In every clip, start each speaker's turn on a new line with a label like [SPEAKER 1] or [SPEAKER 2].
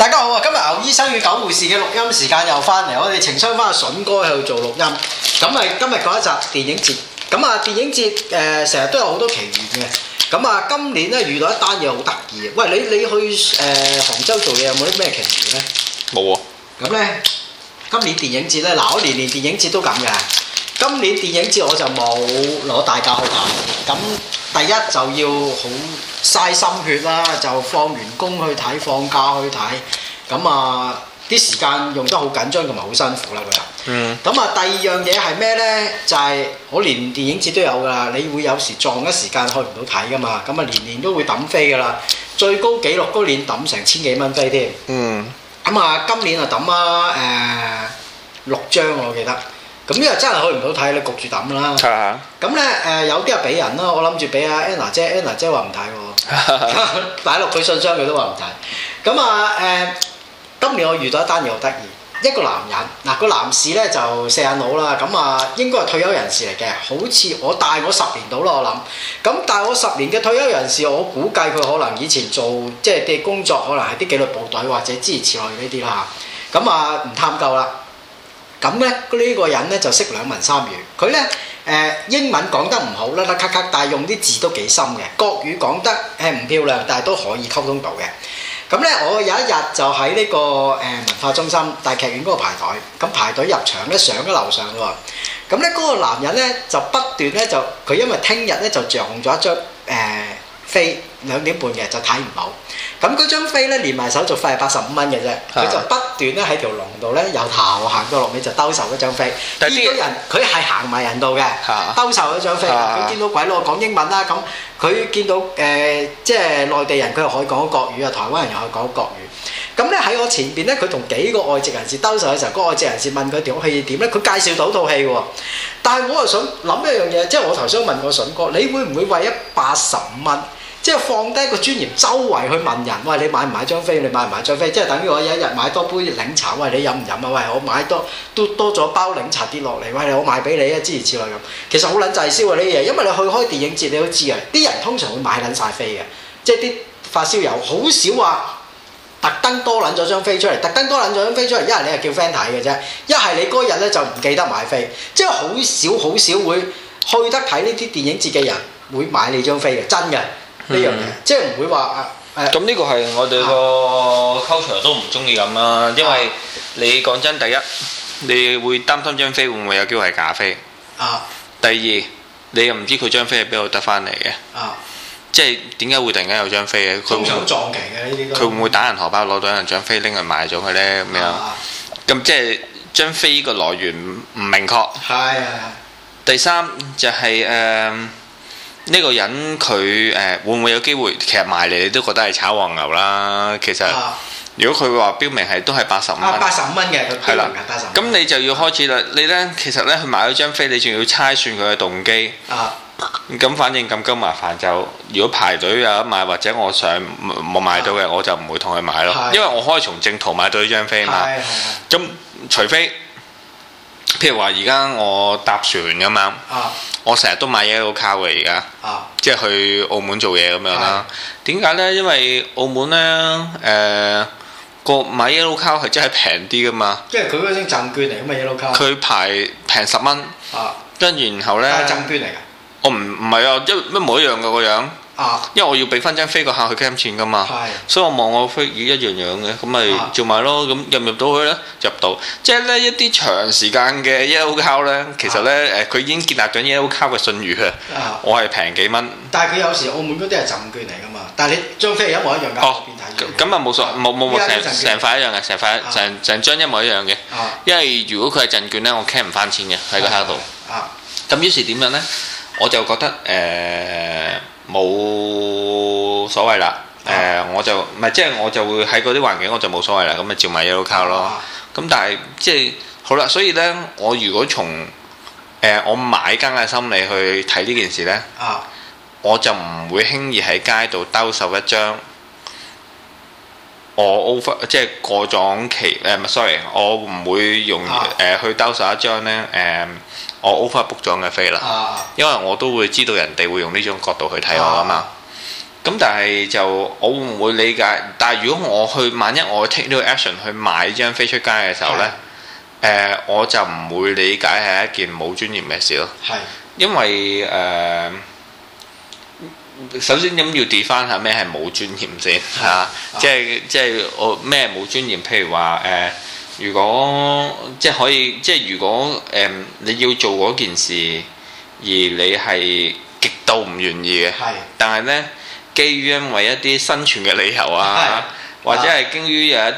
[SPEAKER 1] 啊護士嘅錄音時間又翻嚟，我哋情商翻阿筍哥喺度做錄音。咁啊，今日嗰一集電影節，咁啊電影節誒成日都有好多奇緣嘅。咁啊，今年咧遇到一單嘢好得意嘅。喂，你你去誒、呃杭州做嘢有冇啲咩奇緣咧？
[SPEAKER 2] 冇啊，
[SPEAKER 1] 咁咧，今年電影節咧，嗱，我年年電影節都咁嘅。今年電影節我就冇攞大家去睇，咁第一就要好嘥心血啦，就放完工去睇，放假去睇，咁啊啲時間用得好緊張同埋好辛苦啦，佢
[SPEAKER 2] 嗯，
[SPEAKER 1] 咁啊，第二樣嘢係咩咧？就係、我連電影節都有㗎啦，你會有時撞一時間去唔到睇㗎嘛，咁啊年年都會抌飛㗎啦，最高紀錄嗰年抌成千幾蚊飛添。
[SPEAKER 2] 嗯，
[SPEAKER 1] 咁啊，今年啊抌啊誒六張我記得，咁呢個真係去唔到睇，你焗住抌啦。
[SPEAKER 2] 係啊，
[SPEAKER 1] 咁咧誒有啲係俾人啦，我諗住俾阿 Anna 姐，Anna 姐話唔睇 喎，擺落佢信箱佢都話唔睇。咁啊誒，今年我遇到一單嘢好得意，一個男人嗱、個男士咧就四眼佬啦，咁啊應該係退休人士嚟嘅，好似我大我十年到啦我諗，咁大我十年嘅退休人士，我估計佢可能以前做即係嘅工作可能係啲紀律部隊或者支持類呢啲啦，咁啊唔探究啦。咁咧呢個人咧就識兩文三語，佢咧誒英文講得唔好啦啦咔咔，但係用啲字都幾深嘅，國語講得誒唔漂亮，但係都可以溝通到嘅。咁咧，我有一日就喺呢、個誒、文化中心大劇院嗰個排隊，咁排隊入場咧上一樓上喎。咁咧嗰個男人咧就不斷咧就佢因為聽日咧就着紅咗一張誒、飛兩點半嘅就睇唔到，咁嗰張飛咧連埋手續費係八十五蚊嘅啫，佢就不斷咧喺條龍度咧由頭行到落尾就兜售嗰張飛，
[SPEAKER 2] 但係啲
[SPEAKER 1] 見到人佢係行埋人度嘅
[SPEAKER 2] 嚇，
[SPEAKER 1] 兜售嗰張飛，
[SPEAKER 2] 嚇
[SPEAKER 1] 佢見到鬼佬講英文啦咁。佢見到誒、呃即係內地人，佢又可以講國語啊，台灣人又可以講國語。咁咧喺我前邊咧，佢同幾個外籍人士兜手嘅時候，嗰個外籍人士問佢條戲點咧，佢介紹到套戲喎。但係我又想諗一樣嘢，即係我頭先問過筍哥，你會唔會為一八十五蚊？即係放低個尊嚴，周圍去問人，喂，你買唔買張飛？你買唔買張飛？即係等於我有一日買多杯檸茶，喂，你飲唔飲啊？喂，我買多都多咗包檸茶跌落嚟，喂，我賣俾你啊，諸如此類咁。其實好撚滯銷啊呢啲嘢，因為你去開電影節你都知啊，啲人通常會買撚晒飛嘅，即係啲發燒友好少話。特登多撚咗張飛出嚟，特登多撚咗張飛出嚟，一係你係叫 friend 睇嘅啫，一係你嗰日咧就唔記得買飛，即係好少好少會去得睇呢啲電影節嘅人會買你張飛嘅，真嘅呢樣嘢
[SPEAKER 2] 嗯，
[SPEAKER 1] 即係唔會話啊誒
[SPEAKER 2] 咁呢個係我哋個 culture 都唔中意咁啦，因為你講真，第一，你會擔心張飛會唔會有機會係假飛；
[SPEAKER 1] 啊
[SPEAKER 2] 第二，你又唔知佢張飛係邊度得翻嚟嘅，
[SPEAKER 1] 啊，
[SPEAKER 2] 即係點解會突然間有張飛嘅？佢會
[SPEAKER 1] 通
[SPEAKER 2] 唔
[SPEAKER 1] 常
[SPEAKER 2] 會
[SPEAKER 1] 撞期嘅呢啲都
[SPEAKER 2] 佢會唔會打人荷包攞到人張飛拎去賣咗佢呢？咁樣
[SPEAKER 1] 啊
[SPEAKER 2] 咁即係張飛個來源唔唔明確。
[SPEAKER 1] 係啊
[SPEAKER 2] 第三就係誒呢個人佢誒、呃、會唔會有機會？其實賣嚟你都覺得係炒黃牛啦。其實
[SPEAKER 1] 係啊
[SPEAKER 2] 如果佢話標明係都係八十五
[SPEAKER 1] 啊
[SPEAKER 2] 蚊
[SPEAKER 1] 八，十五蚊嘅佢
[SPEAKER 2] 係啦
[SPEAKER 1] 八十五
[SPEAKER 2] 咁你就要開始啦。你呢，其實呢，佢買咗張飛，你仲要猜算佢嘅動機。
[SPEAKER 1] 啊
[SPEAKER 2] 咁反正咁鳩麻煩就，如果排隊有得買或者我想冇買到嘅，我就唔會同佢買咯
[SPEAKER 1] 啊係。
[SPEAKER 2] 因為我可以從正途買到呢張飛
[SPEAKER 1] 係
[SPEAKER 2] 嘛。
[SPEAKER 1] 係
[SPEAKER 2] 咁除非譬如話而家我搭船咁樣，
[SPEAKER 1] 係啊
[SPEAKER 2] 我成日都買嘢喺度靠嘅而家。
[SPEAKER 1] 啊
[SPEAKER 2] 即係去澳門做嘢咁樣啦。點解呢？因為澳門呢，誒、個買 yellow 卡係真係平啲噶嘛，
[SPEAKER 1] 因為佢嗰張贈券嚟㗎嘛 yellow 卡
[SPEAKER 2] 佢排平十蚊，
[SPEAKER 1] 啊，
[SPEAKER 2] 跟住然後呢，
[SPEAKER 1] 但係贈券嚟㗎
[SPEAKER 2] 我唔唔係啊，一一模一樣嘅個樣，
[SPEAKER 1] 啊
[SPEAKER 2] 因為我要俾翻張飛個客去 cam 錢噶嘛。
[SPEAKER 1] 係
[SPEAKER 2] 所以我望我飛咦一樣樣嘅，咁咪
[SPEAKER 1] 啊
[SPEAKER 2] 照買咯。咁入唔入到去呢？入到，即係呢一啲長時間嘅 yellow 卡呢，其實呢，誒佢、已經建立咗 yellow 卡嘅信譽啊。
[SPEAKER 1] 啊。
[SPEAKER 2] 我係平幾蚊，
[SPEAKER 1] 但係佢有時澳門嗰啲係贈券嚟噶嘛，但係你張飛係一模一樣㗎，
[SPEAKER 2] 哦
[SPEAKER 1] 邊睇
[SPEAKER 2] 咁
[SPEAKER 1] 嘅
[SPEAKER 2] 咁啊冇所冇冇冇
[SPEAKER 1] 依家啲
[SPEAKER 2] 成
[SPEAKER 1] 贈券
[SPEAKER 2] 成塊一樣嘅，成塊
[SPEAKER 1] 啊
[SPEAKER 2] 成成張一模一樣嘅。
[SPEAKER 1] 啊
[SPEAKER 2] 因為如果佢係贈券咧，我 claim 唔翻錢嘅喺個卡度。
[SPEAKER 1] 啊
[SPEAKER 2] 咁於是點樣咧？我就覺得誒冇、所謂啦。誒、
[SPEAKER 1] 啊
[SPEAKER 2] 我就唔係即係我就會喺嗰啲環境我就冇所謂啦。咁咪照買 yellow 卡咯。
[SPEAKER 1] 啊
[SPEAKER 2] 咁但係即係好啦，所以咧，我如果從誒、我買家嘅心理去睇呢件事咧。
[SPEAKER 1] 啊
[SPEAKER 2] 我就唔會輕易喺街度兜售一張我 over 即係過咗期誒，唔係 sorry，我唔會容易誒、
[SPEAKER 1] 啊
[SPEAKER 2] 去兜售一張呢。誒、我 overbook 咗嘅飛啦，
[SPEAKER 1] 啊
[SPEAKER 2] 因為我都會知道人哋會用呢種角度去睇我啊嘛。咁但係就我會唔會理解？但係如果我去萬一我 take 呢個 action 去買張飛出街嘅時候呢，誒、我就唔會理解係一件冇尊嚴嘅事咯。
[SPEAKER 1] 係
[SPEAKER 2] 因為誒、呃首先咁要 define 下咩係冇尊嚴先嚇、啊即係即係我咩冇尊嚴？譬如話誒、呃如果即係可以，即係如果誒、呃你要做嗰件事，而你係極度唔願意嘅，
[SPEAKER 1] 係
[SPEAKER 2] 但係呢，基於因為一啲生存嘅理由啊，或者係基於有一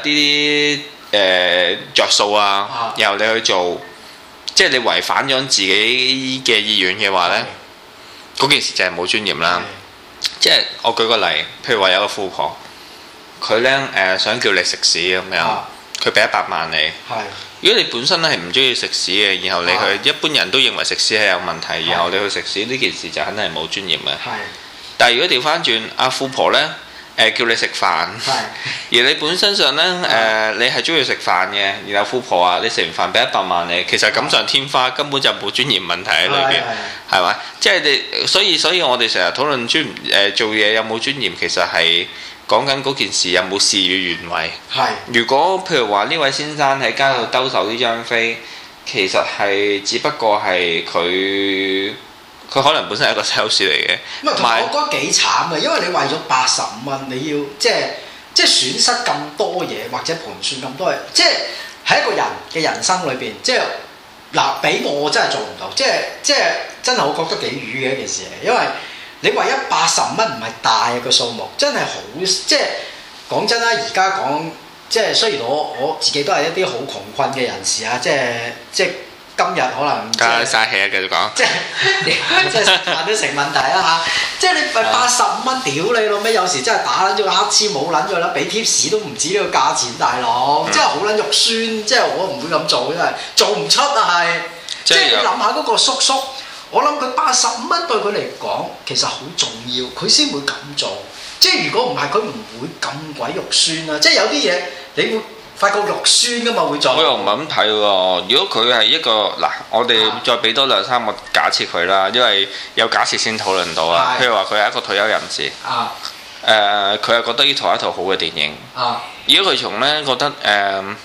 [SPEAKER 2] 啲誒着數啊
[SPEAKER 1] 啊，
[SPEAKER 2] 然後你去做，即係你違反咗自己嘅意願嘅話呢。嗰件事就係冇尊嚴啦。即係我舉個例，譬如話有個富婆，佢呢誒、呃想叫你食屎咁樣
[SPEAKER 1] 啊，
[SPEAKER 2] 佢俾一百萬你。
[SPEAKER 1] 係
[SPEAKER 2] 如果你本身係唔中意食屎嘅，然後你
[SPEAKER 1] 啊
[SPEAKER 2] 去一般人都認為食屎係有問題，然後你去食屎呢件事就肯定係冇尊嚴嘅。
[SPEAKER 1] 係
[SPEAKER 2] 但係如果調翻轉，阿富婆呢，誒、叫你食飯，
[SPEAKER 1] 係
[SPEAKER 2] 而你本身上呢，誒、你係中意食飯嘅，然後富婆話你食完飯俾一百萬你，其實錦上添花，根本就冇尊嚴問題喺裏邊
[SPEAKER 1] 係。係
[SPEAKER 2] 係嘛？即係你，所以所以我哋成日討論專誒、呃做嘢有冇尊嚴，其實係講緊嗰件事有冇事與願違。
[SPEAKER 1] 係
[SPEAKER 2] 如果譬如話呢位先生喺街度兜售呢張飛，其實係只不過係佢佢可能本身係一個 sales 嚟嘅，
[SPEAKER 1] 唔係，同埋
[SPEAKER 2] 賣
[SPEAKER 1] 我覺得幾慘嘅，因為你為咗八十五蚊，你要即係即係損失咁多嘢，或者盤算咁多嘢，即係喺一個人嘅人生裏邊，即係嗱，俾我我真係做唔到，即係即係真係我覺得幾瘀嘅一件事嚟，因為你為一八十蚊唔係大嘅數目，真係好即係講真啦，而家講即係雖然我我自己都係一啲好窮困嘅人士啊，即係即係今日可能即係
[SPEAKER 2] 加嘥氣啊！繼續講，
[SPEAKER 1] 即係即係飯都成問題啦嚇！即係你
[SPEAKER 2] 啊
[SPEAKER 1] 咪八十五蚊屌你老味，有時真係打撚咗個黑黐冇撚咗啦，俾貼士都唔止呢個價錢，大
[SPEAKER 2] 嗯
[SPEAKER 1] 佬真係好撚肉酸，即係我唔會咁做，真係做唔出啊係！
[SPEAKER 2] 即
[SPEAKER 1] 即
[SPEAKER 2] 係
[SPEAKER 1] 係你
[SPEAKER 2] 有
[SPEAKER 1] 諗下嗰個叔叔，我諗佢八十五蚊對佢嚟講其實好重要，佢先會咁做。即係如果唔係，佢唔會咁鬼肉酸啊啦。即係有啲嘢你會發覺肉酸噶嘛，會做
[SPEAKER 2] 我。又唔係咁睇喎。如果佢係一個嗱，我哋
[SPEAKER 1] 啊
[SPEAKER 2] 再俾多兩三個假設佢啦，因為有假設先討論到啊。
[SPEAKER 1] 係
[SPEAKER 2] 譬如話佢係一個退休人士。
[SPEAKER 1] 啊
[SPEAKER 2] 誒，佢、係覺得呢套係一套好嘅電影。
[SPEAKER 1] 啊
[SPEAKER 2] 如果佢從呢覺得誒，嗯、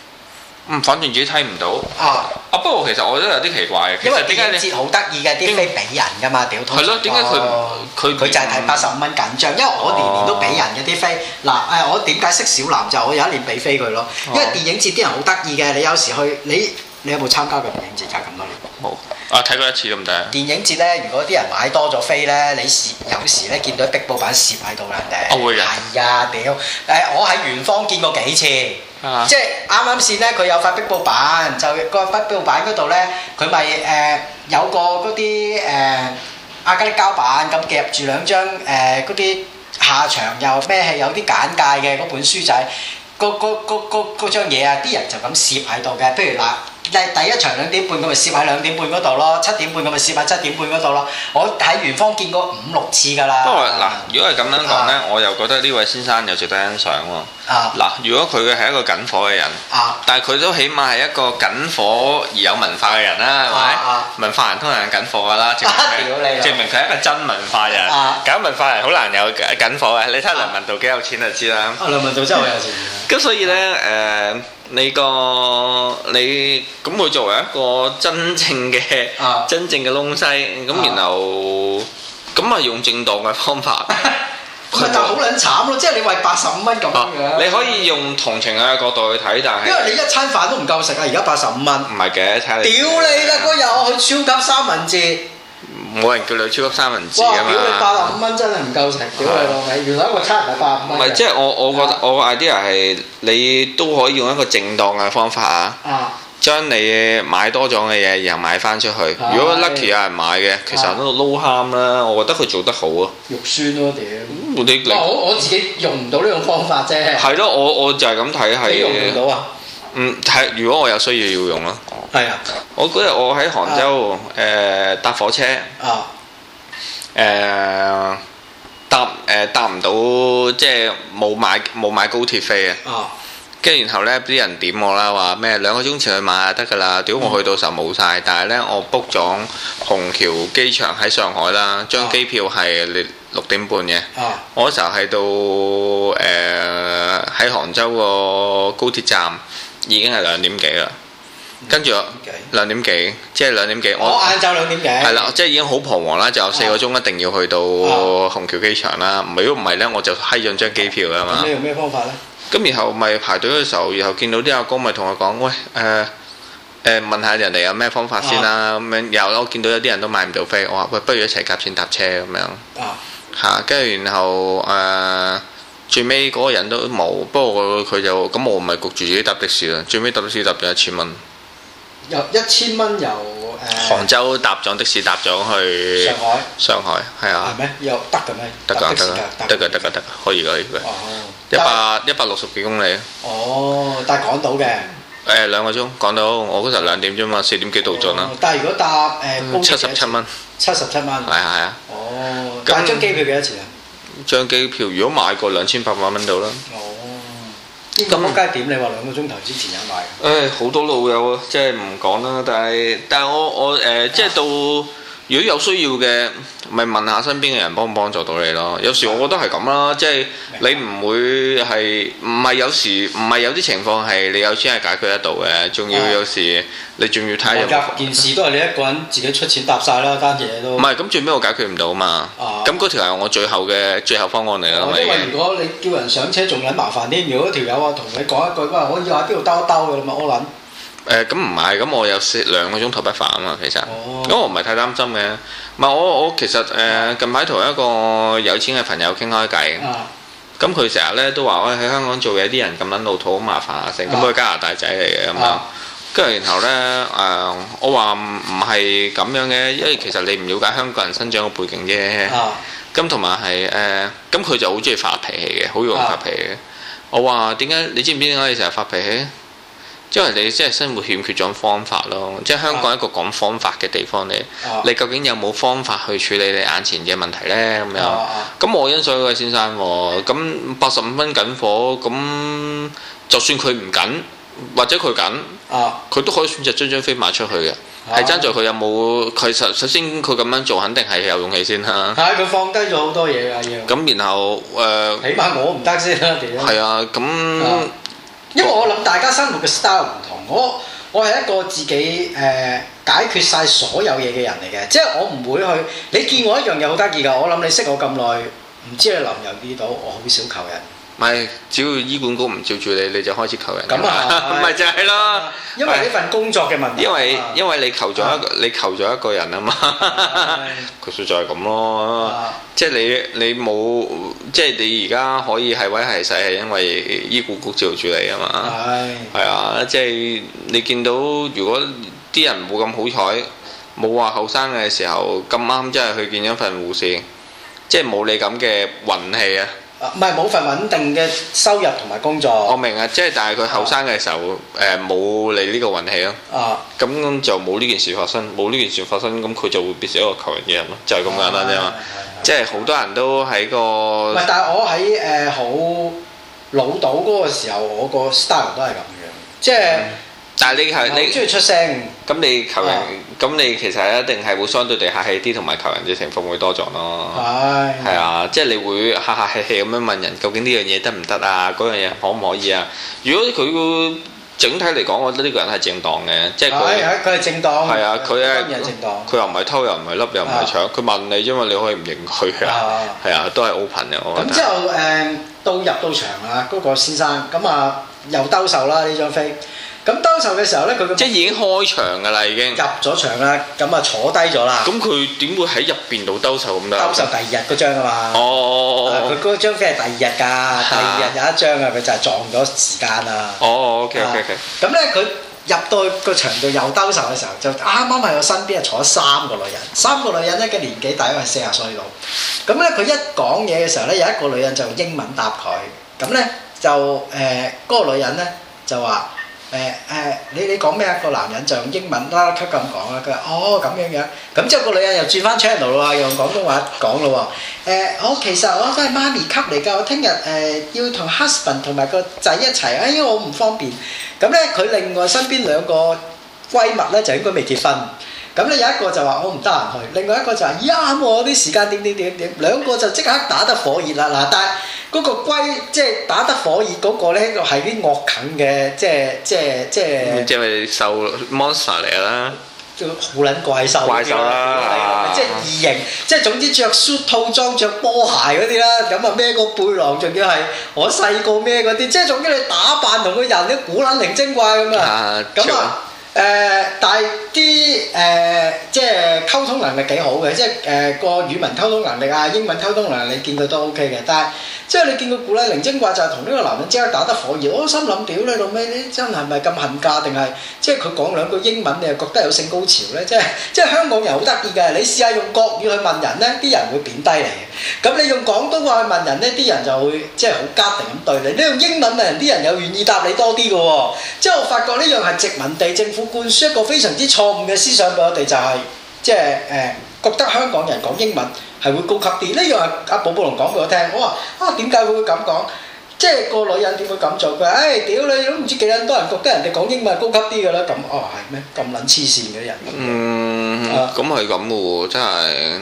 [SPEAKER 2] 反正自己睇唔到。
[SPEAKER 1] 啊！
[SPEAKER 2] 啊，不過其實我覺得有啲奇怪嘅。其
[SPEAKER 1] 因為
[SPEAKER 2] 實
[SPEAKER 1] 電
[SPEAKER 2] 點
[SPEAKER 1] 影
[SPEAKER 2] 解
[SPEAKER 1] 節好得意嘅，啲飛俾人噶嘛，屌！
[SPEAKER 2] 係咯點解佢唔佢唔
[SPEAKER 1] 佢就係睇八十五蚊緊張，因為我年年都俾人嘅啲飛。嗱誒，我點解識小南就係我有一年俾飛佢咯，因為
[SPEAKER 2] 哦
[SPEAKER 1] 電影節啲人好得意嘅，你有時去你你有冇參加過電影節㗎咁多年？
[SPEAKER 2] 你冇啊？睇過一次都唔得。
[SPEAKER 1] 電影節咧，如果啲人買多咗飛咧，你攝有時咧見到啲壁報板攝喺度啦，人哋
[SPEAKER 2] 哦我會㗎
[SPEAKER 1] 係啊，屌！誒，我喺元芳見過幾次。
[SPEAKER 2] 啊
[SPEAKER 1] 即係啱啱先咧，佢有塊壁報板，就個壁報板嗰度咧，佢咪誒有個嗰啲誒亞加力膠板咁夾住兩張誒嗰啲下場又咩戲有啲簡介嘅嗰本書仔，嗰嗰嗰嗰嗰張嘢啊，啲人就咁攝喺度嘅，譬如嗱。第第一場兩點半，咁咪攝喺兩點半嗰度咯；七點半，咁咪攝喺七點半嗰度咯。我喺元芳見過五六次㗎啦。
[SPEAKER 2] 不過嗱，如果係咁樣講呢
[SPEAKER 1] 啊，
[SPEAKER 2] 我又覺得呢位先生又值得欣賞喎。
[SPEAKER 1] 啊
[SPEAKER 2] 嗱，如果佢係一個緊火嘅人，
[SPEAKER 1] 啊
[SPEAKER 2] 但係佢都起碼係一個緊火而有文化嘅人啦，係咪
[SPEAKER 1] 啊啊？
[SPEAKER 2] 文化人通常係緊火 㗎啦，證明
[SPEAKER 1] 屌你
[SPEAKER 2] 佢
[SPEAKER 1] 啊
[SPEAKER 2] 證明佢係一個真文化人
[SPEAKER 1] 啊。
[SPEAKER 2] 搞文化人好難有緊火嘅，你睇梁文道幾有錢就知啦。
[SPEAKER 1] 啊！梁文道真係好有啊錢
[SPEAKER 2] 咁所以呢，誒、你個你咁佢作為一個真正嘅、
[SPEAKER 1] 啊
[SPEAKER 2] 真正嘅東西，咁
[SPEAKER 1] 啊
[SPEAKER 2] 然後咁啊用正當嘅 方法，
[SPEAKER 1] 唔係，但係好撚慘咯，即係你為八十五蚊咁樣
[SPEAKER 2] 啊
[SPEAKER 1] 樣。
[SPEAKER 2] 你可以用同情嘅角度去睇，但
[SPEAKER 1] 因為
[SPEAKER 2] 係
[SPEAKER 1] 你一餐飯都唔夠食啊，而家八十五蚊。屌
[SPEAKER 2] 唔係嘅，睇你
[SPEAKER 1] 你啦！嗰日我去超級三文治，
[SPEAKER 2] 冇人叫你超級三文治
[SPEAKER 1] 哇！
[SPEAKER 2] 啊
[SPEAKER 1] 屌你八
[SPEAKER 2] 嘛。
[SPEAKER 1] 十五蚊真係唔夠食，屌你老味！原來一個餐唔係八十
[SPEAKER 2] 唔
[SPEAKER 1] 五蚊
[SPEAKER 2] 係，
[SPEAKER 1] 嘅。
[SPEAKER 2] 即係我我覺得我 idea 係你都可以用一個正當嘅方法啊。
[SPEAKER 1] 啊
[SPEAKER 2] 將你買多咗嘅嘢，然後賣翻出去。
[SPEAKER 1] 係
[SPEAKER 2] 如果 lucky 有人買嘅，其實喺度撈喊啦。我覺得佢做得好啊。
[SPEAKER 1] 肉酸咯屌！
[SPEAKER 2] 你你
[SPEAKER 1] 哇嗯我我自己用唔到呢種方法啫，
[SPEAKER 2] 係咯，我我就係咁睇
[SPEAKER 1] 你用唔
[SPEAKER 2] 係。
[SPEAKER 1] 到啊？
[SPEAKER 2] 嗯，係如果我有需要要用咯。
[SPEAKER 1] 係啊
[SPEAKER 2] 我嗰日我喺杭州誒、呃搭火車誒、
[SPEAKER 1] 啊
[SPEAKER 2] 呃搭誒、呃搭唔到，即係冇買冇買高鐵飛啊。
[SPEAKER 1] 啊！
[SPEAKER 2] 跟住然後呢啲人點我啦，話咩兩個鐘前去買就得㗎啦。屌我去到時候冇晒，但係呢，我 book 咗虹橋機場喺上海啦，張機票係你六點半嘅。
[SPEAKER 1] 啊
[SPEAKER 2] 我嗰時候係到誒喺、杭州個高鐵站已經係兩點幾啦，跟住我
[SPEAKER 1] 點幾
[SPEAKER 2] 兩點幾，即係兩點幾，
[SPEAKER 1] 我
[SPEAKER 2] 我
[SPEAKER 1] 晏晝兩點幾，
[SPEAKER 2] 係啦，即係已經好彷徨啦，就有四個鐘一定要去到
[SPEAKER 1] 啊
[SPEAKER 2] 虹橋機場啦。唔係如果唔係呢，我就閪咗張機票啦嘛
[SPEAKER 1] 咁你。用咩方法咧？
[SPEAKER 2] 咁然後咪排隊嘅時候，然後見到啲阿哥咪同我講：喂，誒、呃、誒、問下人哋有咩方法先
[SPEAKER 1] 啊
[SPEAKER 2] 啦。咁樣、然後我見到有啲人都買唔到飛，我話喂，不如一齊夾錢搭車咁樣
[SPEAKER 1] 啊
[SPEAKER 2] 嚇。跟、住然後誒、呃最尾嗰個人都冇，不過佢就咁我咪焗住自己搭的士啦。最尾搭的士搭咗一千蚊，
[SPEAKER 1] 由一千蚊由誒
[SPEAKER 2] 杭州搭咗的士搭咗去
[SPEAKER 1] 上海
[SPEAKER 2] 上海，係啊
[SPEAKER 1] 係。咩？又得嘅咩？
[SPEAKER 2] 得
[SPEAKER 1] 搭
[SPEAKER 2] 㗎，
[SPEAKER 1] 的士
[SPEAKER 2] 得
[SPEAKER 1] 搭
[SPEAKER 2] 㗎，得㗎，得㗎，得㗎，可以㗎，可以㗎。
[SPEAKER 1] 哦，
[SPEAKER 2] 一百一百六十幾公里，
[SPEAKER 1] 哦，但係港島嘅。
[SPEAKER 2] 誒兩個鐘講到，我嗰時候兩點啫嘛，四點幾到盡啦嗯
[SPEAKER 1] 哦，但係如果搭誒高鐵
[SPEAKER 2] 七十七蚊，
[SPEAKER 1] 七十七蚊。
[SPEAKER 2] 係啊係啊，
[SPEAKER 1] 哦，
[SPEAKER 2] 咁
[SPEAKER 1] 但係張機票幾多錢啊？
[SPEAKER 2] 張機票如果買過兩千八百蚊到啦。
[SPEAKER 1] 哦，呢個
[SPEAKER 2] 咁
[SPEAKER 1] 撲街點？你話兩個鐘頭之前有買嘅。
[SPEAKER 2] 誒好多老友啊，即係唔講啦，但係但係我我誒即係到如果有需要嘅，咪問下身邊嘅人幫唔幫助到你咯。有時我覺得係咁啦，即係你唔會係唔係有時唔係有啲情況係你有錢係解決得到嘅，仲要
[SPEAKER 1] 啊
[SPEAKER 2] 有時你仲要睇下有
[SPEAKER 1] 我
[SPEAKER 2] 冇
[SPEAKER 1] 夾件事都係你一個人自己出錢搭晒啦，單嘢都。
[SPEAKER 2] 唔係，咁最尾我解決唔到嘛。
[SPEAKER 1] 啊
[SPEAKER 2] 咁嗰條係我最後嘅最後方案嚟啦，
[SPEAKER 1] 哦
[SPEAKER 2] 咪已
[SPEAKER 1] 因為
[SPEAKER 2] 經
[SPEAKER 1] 如果你叫人上車仲撚麻煩啲，如果條友啊同你講一句，喂，我要喺邊度兜一兜嘅，你咪屙撚。
[SPEAKER 2] 誒咁唔係，咁我有四兩個鐘頭不返啊嘛，其實，
[SPEAKER 1] 哦嗯
[SPEAKER 2] 咁我唔係太擔心嘅。唔係我我其實誒、近排同一個有錢嘅朋友傾開偈，
[SPEAKER 1] 啊
[SPEAKER 2] 咁佢成日咧都話：喂喺香港做嘢啲人咁撚老土，好麻煩啊成。咁
[SPEAKER 1] 啊
[SPEAKER 2] 佢加拿大仔嚟嘅咁樣
[SPEAKER 1] 啊，
[SPEAKER 2] 跟住然後咧誒、我話唔唔係咁樣嘅，因為其實你唔了解香港人生長嘅背景啫。
[SPEAKER 1] 啊
[SPEAKER 2] 咁同埋係誒，呃咁、佢就好中意發脾氣嘅，好容易
[SPEAKER 1] 啊
[SPEAKER 2] 發脾氣嘅。我話點解你知唔知點解你成日發脾氣？因為你即係生活欠缺咗方法咯，即係香港一個講方法嘅地方嚟。
[SPEAKER 1] 啊！
[SPEAKER 2] 你究竟有冇方法去處理你眼前嘅問題呢？咁樣
[SPEAKER 1] 啊
[SPEAKER 2] 咁我欣賞嗰位先生喎，咁八十五蚊緊火，咁就算佢唔緊，或者佢緊，
[SPEAKER 1] 啊
[SPEAKER 2] 佢都可以選擇將張飛賣出去嘅。係爭在佢有冇佢首首先佢咁樣做，肯定係有勇氣先啦。
[SPEAKER 1] 係啊佢放低咗好多嘢啊！要，
[SPEAKER 2] 咁然後誒
[SPEAKER 1] 起碼我唔得先啦，屌！
[SPEAKER 2] 係啊，
[SPEAKER 1] 啊
[SPEAKER 2] 咁
[SPEAKER 1] 因為我諗大家生活嘅 style 唔同，我我係一個自己誒、呃解決晒所有嘢嘅人嚟嘅，即係我唔會去。你見我一樣嘢好得意㗎，我諗你識我咁耐，唔知你留唔留意到，我好少求人。
[SPEAKER 2] 咪只要醫管局唔照住你，你就開始求人㗎
[SPEAKER 1] 咁 啊
[SPEAKER 2] 嘛，
[SPEAKER 1] 係
[SPEAKER 2] 咪就係咯，
[SPEAKER 1] 因為呢份工作嘅問題。
[SPEAKER 2] 因為
[SPEAKER 1] 啊
[SPEAKER 2] 因為你求咗一個你求咗一個人啊嘛， 佢實就係咁咯，
[SPEAKER 1] 啊
[SPEAKER 2] 即係你你冇即係你而家可以係威係勢係因為醫管局照住你啊嘛。
[SPEAKER 1] 係
[SPEAKER 2] 係啊，即係你見到如果啲人冇咁好彩，冇話後生嘅時候咁啱，真係去見一份護士，即係冇你咁嘅運氣啊！
[SPEAKER 1] 啊唔係冇份穩定嘅收入同埋工
[SPEAKER 2] 我
[SPEAKER 1] 作
[SPEAKER 2] 明啊，即係但係佢後生嘅時候，誒冇、你呢個運氣咯，
[SPEAKER 1] 啊？
[SPEAKER 2] 咁就冇呢件事發生，冇呢件事發生，咁佢就會變成一個求人嘅人咯，就係、咁簡單啫嘛。
[SPEAKER 1] 啊係。
[SPEAKER 2] 即係好多人都喺
[SPEAKER 1] 唔
[SPEAKER 2] 個
[SPEAKER 1] 係，但係我喺誒、呃好老到嗰個時候，我個 style 都係咁樣，即係
[SPEAKER 2] 嗯但係你係
[SPEAKER 1] 好中
[SPEAKER 2] 你
[SPEAKER 1] 意啊出聲。
[SPEAKER 2] 咁你求人
[SPEAKER 1] 啊，
[SPEAKER 2] 咁你其實一定係會相對地客氣啲，同埋求人嘅情況會多咗咯。
[SPEAKER 1] 係
[SPEAKER 2] 哦係啊，即係你會客客氣氣咁樣問人究竟呢樣嘢得唔得啊？嗰樣嘢可唔可以啊？如果佢個整體嚟講，我覺得呢個人係正當嘅，即係
[SPEAKER 1] 係
[SPEAKER 2] 佢
[SPEAKER 1] 係佢係正當，
[SPEAKER 2] 係啊，佢
[SPEAKER 1] 當然係正當
[SPEAKER 2] 佢又唔係偷，又唔係笠，又唔係
[SPEAKER 1] 啊
[SPEAKER 2] 搶。佢問你，因為你可以唔認佢啊，
[SPEAKER 1] 啊。
[SPEAKER 2] 係啊，都係 open 嘅，我
[SPEAKER 1] 咁
[SPEAKER 2] 覺
[SPEAKER 1] 之
[SPEAKER 2] 得。
[SPEAKER 1] 後誒到入到場啦，嗰個先生咁啊又兜售啦呢張飛，咁兜售嘅時候咧，佢嘅
[SPEAKER 2] 即係已經開場㗎啦，已經。
[SPEAKER 1] 入咗場啦，咁啊坐低咗啦，
[SPEAKER 2] 咁佢點會喺入邊度兜售咁得啊
[SPEAKER 1] 兜售第二日嗰張啊嘛。
[SPEAKER 2] 哦哦
[SPEAKER 1] 啊
[SPEAKER 2] 哦
[SPEAKER 1] 佢嗰張飛係第二日㗎，第二日有一張啊，佢就係撞咗時間啊。
[SPEAKER 2] 哦哦，OK OK OK，
[SPEAKER 1] 咁咧佢入到個場度又兜售嘅時候，就啱啱喺我身邊係坐三個女人，三個女人咧嘅年紀大約係四十歲度。咁咧佢一講嘢嘅時候咧，有一個女人就用英文答佢，咁咧就誒呃嗰、個女人咧就話。誒誒、你你講咩啊？個男人就用英文啦，級咁講啦。佢話哦咁樣樣，咁之後個女人又轉翻 channel 啦，又用廣東話講咯喎。誒、呃我其實我都係媽咪級嚟㗎，我聽日誒要同 husband 同埋個仔一齊，哎呀我唔方便。咁咧佢另外身邊兩個閨蜜咧就應該未結婚。咁咧有一個就話我唔得閒去，另外一個就話呀咁我啲時間點點點點，兩個就即刻打得火熱啦嗱，但係嗰個龜即係打得火熱嗰個咧係啲惡啃嘅，即係即係即係
[SPEAKER 2] 即係瘦 monster 嚟啦，
[SPEAKER 1] 好撚怪獸嗰啲啦，
[SPEAKER 2] 怪獸啦
[SPEAKER 1] 即係異形，即係總之着 suit 套裝、着波鞋嗰啲啦，咁啊孭個背囊，仲要係我細個孭嗰啲，即係總之你打扮同個人都古撚靈精怪咁啊！
[SPEAKER 2] 啊
[SPEAKER 1] 咁啊誒、但係啲誒即係溝通能力幾好嘅，即係誒個語文溝通能力啊、英文溝通能力見佢都 OK 嘅，但係即係你見佢古麗玲精怪就係同呢個男人即刻打得火熱，我心諗屌你老味，你真係咪咁恨嫁定係即係佢講兩句英文你又覺得有性高潮咧？即係即係香港人好得意嘅，你試下用國語去問人咧，啲人會貶低你嘅；咁你用廣東話去問人咧，啲人就會即係好家定咁對你；你用英文問人，啲人又願意答你多啲嘅喎。即係我發覺呢樣係殖民地政府灌輸一個非常之錯誤嘅思想俾我哋，就係即係誒覺得香港人講英文係會高級啲。呢樣係阿寶寶龍講俾我聽，我話啊點解佢會咁講？即係個女人點會咁做？佢話：，誒、屌你都唔知幾撚多人覺得人哋講英文係高級啲㗎啦。咁哦係咩？咁撚黐線嘅人。
[SPEAKER 2] 嗯
[SPEAKER 1] 啊，
[SPEAKER 2] 咁係咁嘅喎，真係。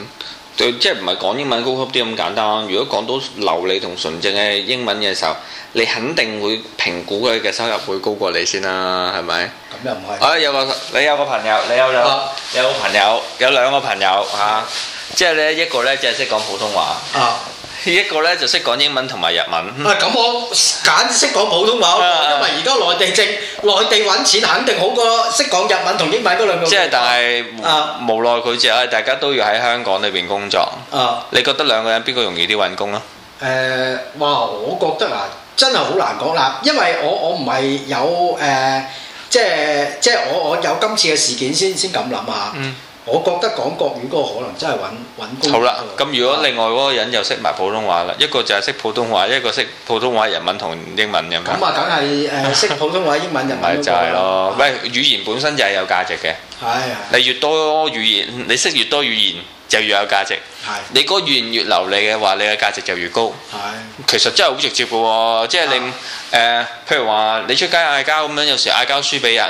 [SPEAKER 2] 對即係唔係講英文高級啲咁簡單？如果講到流利同純正嘅英文嘅時候，你肯定會評估佢嘅收入會高過你先啦，係咪？
[SPEAKER 1] 咁又唔係。
[SPEAKER 2] 啊，有個你有個朋友，你有兩
[SPEAKER 1] 啊
[SPEAKER 2] 有個朋友，有兩個朋友嚇、啊即係咧一個咧就係識講普通話，
[SPEAKER 1] 啊
[SPEAKER 2] 一個咧就識講英文同埋日文。嗯
[SPEAKER 1] 啊！咁我揀識講普通話好過，
[SPEAKER 2] 啊
[SPEAKER 1] 因為而家內地政內地揾錢肯定好過識講日文同英文嗰兩個。
[SPEAKER 2] 即係但係
[SPEAKER 1] 啊
[SPEAKER 2] 無無奈佢就係大家都要喺香港裏邊工作。
[SPEAKER 1] 啊。
[SPEAKER 2] 你覺得兩個人邊個容易啲揾工啊？
[SPEAKER 1] 誒、哇！我覺得啊，真係好難講啦，因為我我唔係有誒、即係即係我我有今次嘅事件先先咁諗下。
[SPEAKER 2] 嗯
[SPEAKER 1] 我覺得講國語嗰個可能真係揾揾工。啊
[SPEAKER 2] 好啦，咁如果另外嗰個人又識埋普通話啦，一個就係識普通話，一個識普通話、日文同英文
[SPEAKER 1] 咁
[SPEAKER 2] 咁樣，
[SPEAKER 1] 啊，梗係誒識普通話、英文、日文嗰個
[SPEAKER 2] 咪
[SPEAKER 1] 啦
[SPEAKER 2] 就係咯。喂，語言本身就係有價值嘅，
[SPEAKER 1] 係
[SPEAKER 2] 你越多語言，你識越多語言就越有價值。
[SPEAKER 1] 係
[SPEAKER 2] 你嗰個語言越流利嘅話，你嘅價值就越高。
[SPEAKER 1] 係係
[SPEAKER 2] 其實真係好直接嘅喎，即係你
[SPEAKER 1] 啊
[SPEAKER 2] 誒、譬如話你出街嗌交咁樣，有時嗌交輸 俾人，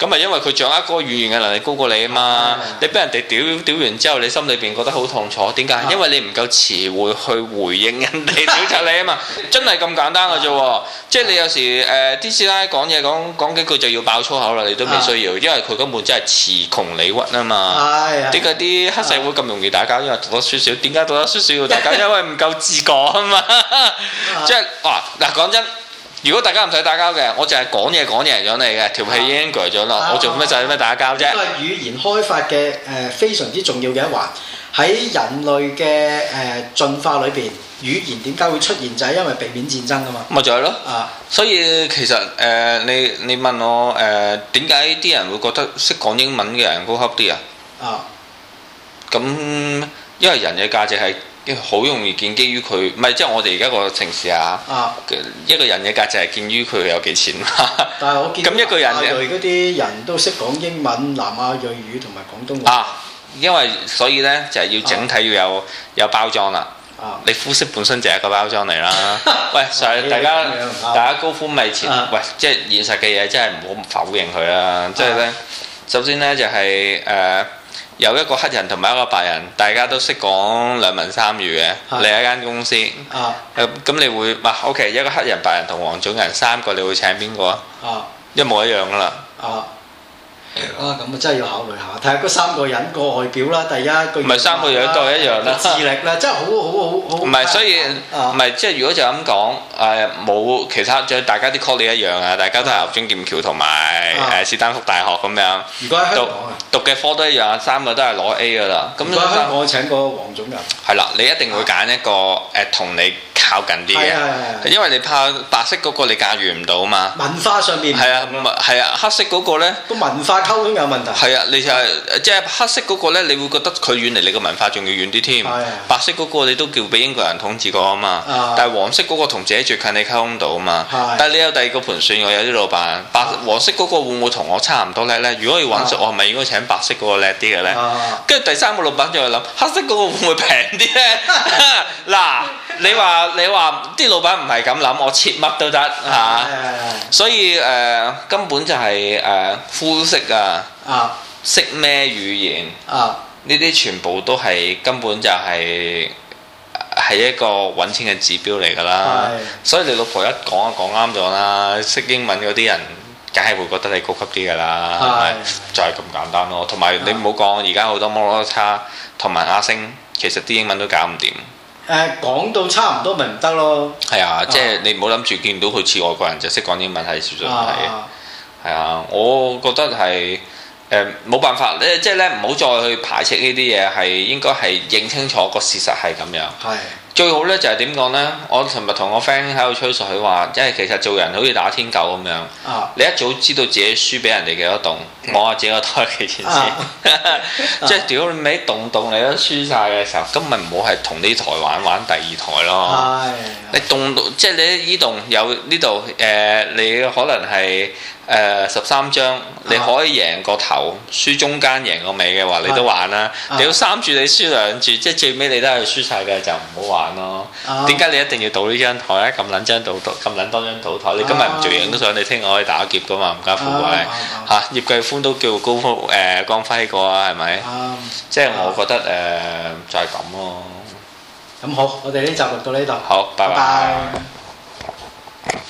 [SPEAKER 2] 咁咪因為佢掌握嗰個語言嘅能力高過你啊嘛
[SPEAKER 1] 啊。
[SPEAKER 2] 你俾人哋屌屌完之後，你心裏邊覺得好痛楚，點解？
[SPEAKER 1] 啊
[SPEAKER 2] 因為你唔夠詞彙去回應人哋屌柒你啊嘛， 真係咁簡單嘅啫
[SPEAKER 1] 啊
[SPEAKER 2] 喎。即係你有時誒啲師奶講嘢講講幾句就要爆粗口啦，你都未
[SPEAKER 1] 啊
[SPEAKER 2] 需要，因為佢根本真係詞窮理屈啊嘛。
[SPEAKER 1] 係
[SPEAKER 2] 點解啲黑社會咁容易打交？因為讀得書少。點解讀得書少要打交？因為唔夠自覺啊嘛。即係哇嗱，講真，如果大家唔使打交嘅，我就係講嘢講贏咗你嘅，條氣已經攰咗啦
[SPEAKER 1] 啊。
[SPEAKER 2] 我做咩就係咩打交啫
[SPEAKER 1] 呢？個係啊語言開發嘅誒、非常之重要嘅一環。喺人類嘅誒、進化裏邊，語言點解會出現就係因為避免戰爭啊嘛
[SPEAKER 2] 咪就係咯。
[SPEAKER 1] 啊！
[SPEAKER 2] 所以其實誒、呃你你問我誒點解啲人會覺得識講英文嘅人高級啲啊？
[SPEAKER 1] 啊，
[SPEAKER 2] 咁因為人嘅價值係好容易建基於佢，唔係即係我哋而家個城市啊，
[SPEAKER 1] 啊！
[SPEAKER 2] 一個人嘅價值係建於佢有幾錢嘛。
[SPEAKER 1] 但係我見
[SPEAKER 2] 咁一個人
[SPEAKER 1] 南亞裔嗰啲人都識講英文、南亞裔語同埋廣東話
[SPEAKER 2] 啊，因為所以呢，就係、要整體要有有包裝啦。
[SPEAKER 1] 啊
[SPEAKER 2] 你膚色本身就係一個包裝 嚟啦。喂，所以
[SPEAKER 1] 你
[SPEAKER 2] 大家
[SPEAKER 1] 咁樣啊
[SPEAKER 2] 大家高呼咪前
[SPEAKER 1] 啊，
[SPEAKER 2] 喂，即係現實嘅嘢真係唔好否認佢啦。即係
[SPEAKER 1] 啊
[SPEAKER 2] 呢，首先呢，就係、呃有一個黑人同埋一個白人，大家都識講兩文三語嘅。
[SPEAKER 1] 係
[SPEAKER 2] 你喺間公司，咁
[SPEAKER 1] 啊
[SPEAKER 2] 咁你會哇 OK 一個黑人、白人同黃種人三個，你會請邊個啊？
[SPEAKER 1] 啊
[SPEAKER 2] 一模一樣噶啦。
[SPEAKER 1] 啊！啊，咁啊真係要考慮下，睇下嗰三個人個外表啦，第一個
[SPEAKER 2] 唔係三個樣都係一樣啦
[SPEAKER 1] 個智力啦，真係好好好好。
[SPEAKER 2] 唔係，所以唔
[SPEAKER 1] 啊
[SPEAKER 2] 係即係如果就咁講，誒冇其他，即係大家啲 call 你一樣啊，大家都係牛津劍橋同埋
[SPEAKER 1] 啊
[SPEAKER 2] 誒史丹福大學咁樣
[SPEAKER 1] 如果喺香
[SPEAKER 2] 讀
[SPEAKER 1] 港啊，
[SPEAKER 2] 讀嘅科都一樣啊，三個都係攞 A 噶啦。咁
[SPEAKER 1] 如果喺香
[SPEAKER 2] 就
[SPEAKER 1] 港請個黃種人，
[SPEAKER 2] 係啦，你一定會揀一個誒同你靠近啲
[SPEAKER 1] 係
[SPEAKER 2] 嘅，
[SPEAKER 1] 係係
[SPEAKER 2] 因為你怕白色嗰個你駕馭唔到嘛。
[SPEAKER 1] 文化上面
[SPEAKER 2] 係啊，唔係係啊，黑色嗰個咧。
[SPEAKER 1] 個文化溝通有問題。
[SPEAKER 2] 係啊，你就係即係黑色嗰個咧，你會覺得佢遠離你個文化仲要遠啲添
[SPEAKER 1] 係啊。
[SPEAKER 2] 白色嗰個你都叫俾英國人統治過啊嘛
[SPEAKER 1] 啊，
[SPEAKER 2] 但係黃色嗰個同自己最近你溝通到啊嘛
[SPEAKER 1] 係。
[SPEAKER 2] 但係你有第二個盤算，我有啲老闆，白黃色嗰個會唔會同我差唔多叻咧？如果要揾食，
[SPEAKER 1] 啊
[SPEAKER 2] 我係咪應該請白色嗰個叻啲嘅咧？
[SPEAKER 1] 啊
[SPEAKER 2] 跟住第三個老闆就係諗黑色嗰個會唔會平啲咧？ 嗱，你話你話啲老闆唔係咁諗，我切乜都得啊嚇。
[SPEAKER 1] 啊係係係
[SPEAKER 2] 所以誒、根本就係誒膚色啊。
[SPEAKER 1] 啊
[SPEAKER 2] 識咩語言，
[SPEAKER 1] 啊
[SPEAKER 2] 呢啲全部都係根本就係、係一個揾錢嘅指標嚟㗎啦
[SPEAKER 1] 係，
[SPEAKER 2] 所以你老婆一講就講啱咗啦。識英文嗰啲人，梗係會覺得你高級啲㗎啦，係
[SPEAKER 1] 係
[SPEAKER 2] 咪
[SPEAKER 1] 啊
[SPEAKER 2] 就係咁簡單咯。同埋你唔好講，而家好多摩羅差同埋阿星，其實啲英文都搞唔掂。
[SPEAKER 1] 誒講到差唔多咪唔得咯，
[SPEAKER 2] 係啊，即係你唔好諗住見到佢似外國人就識講英文係絕對唔係嘅。
[SPEAKER 1] 啊
[SPEAKER 2] 係啊，我覺得係誒冇辦法咧，即係咧唔好再去排斥呢啲嘢，係應該係認清楚個事實係咁樣。
[SPEAKER 1] 係
[SPEAKER 2] 最好咧就係點講咧？我尋日同我 friend 喺度吹水，佢話即係其實做人好似打天狗咁樣，
[SPEAKER 1] 啊
[SPEAKER 2] 你一早知道自己輸俾人哋幾多棟，望下自己個袋幾錢先。 即係屌你尾棟棟你都輸晒嘅時候，咁咪唔好係同呢台玩玩第二台咯。
[SPEAKER 1] 係
[SPEAKER 2] 你棟到即係你呢棟有呢度誒，你可能係誒十三
[SPEAKER 1] 啊
[SPEAKER 2] 張，你可以贏個頭，輸中間贏個尾嘅話，你都玩啦。
[SPEAKER 1] 啊
[SPEAKER 2] 你要三注你輸兩注，即係最尾你都係輸晒嘅，就唔好玩咯。
[SPEAKER 1] 啊
[SPEAKER 2] 點解你一定要賭呢張台啊咧？咁撚張賭咁撚多張賭台，你今日唔做贏都想你聽日可以打劫噶嘛？唔家富貴
[SPEAKER 1] 啊啊
[SPEAKER 2] 嚇，葉繼歡都叫高誒、光輝過啊，係咪？
[SPEAKER 1] 啱
[SPEAKER 2] 即係我覺得誒、就係咁咯。
[SPEAKER 1] 咁好，我哋呢集錄到呢度，
[SPEAKER 2] 好，拜拜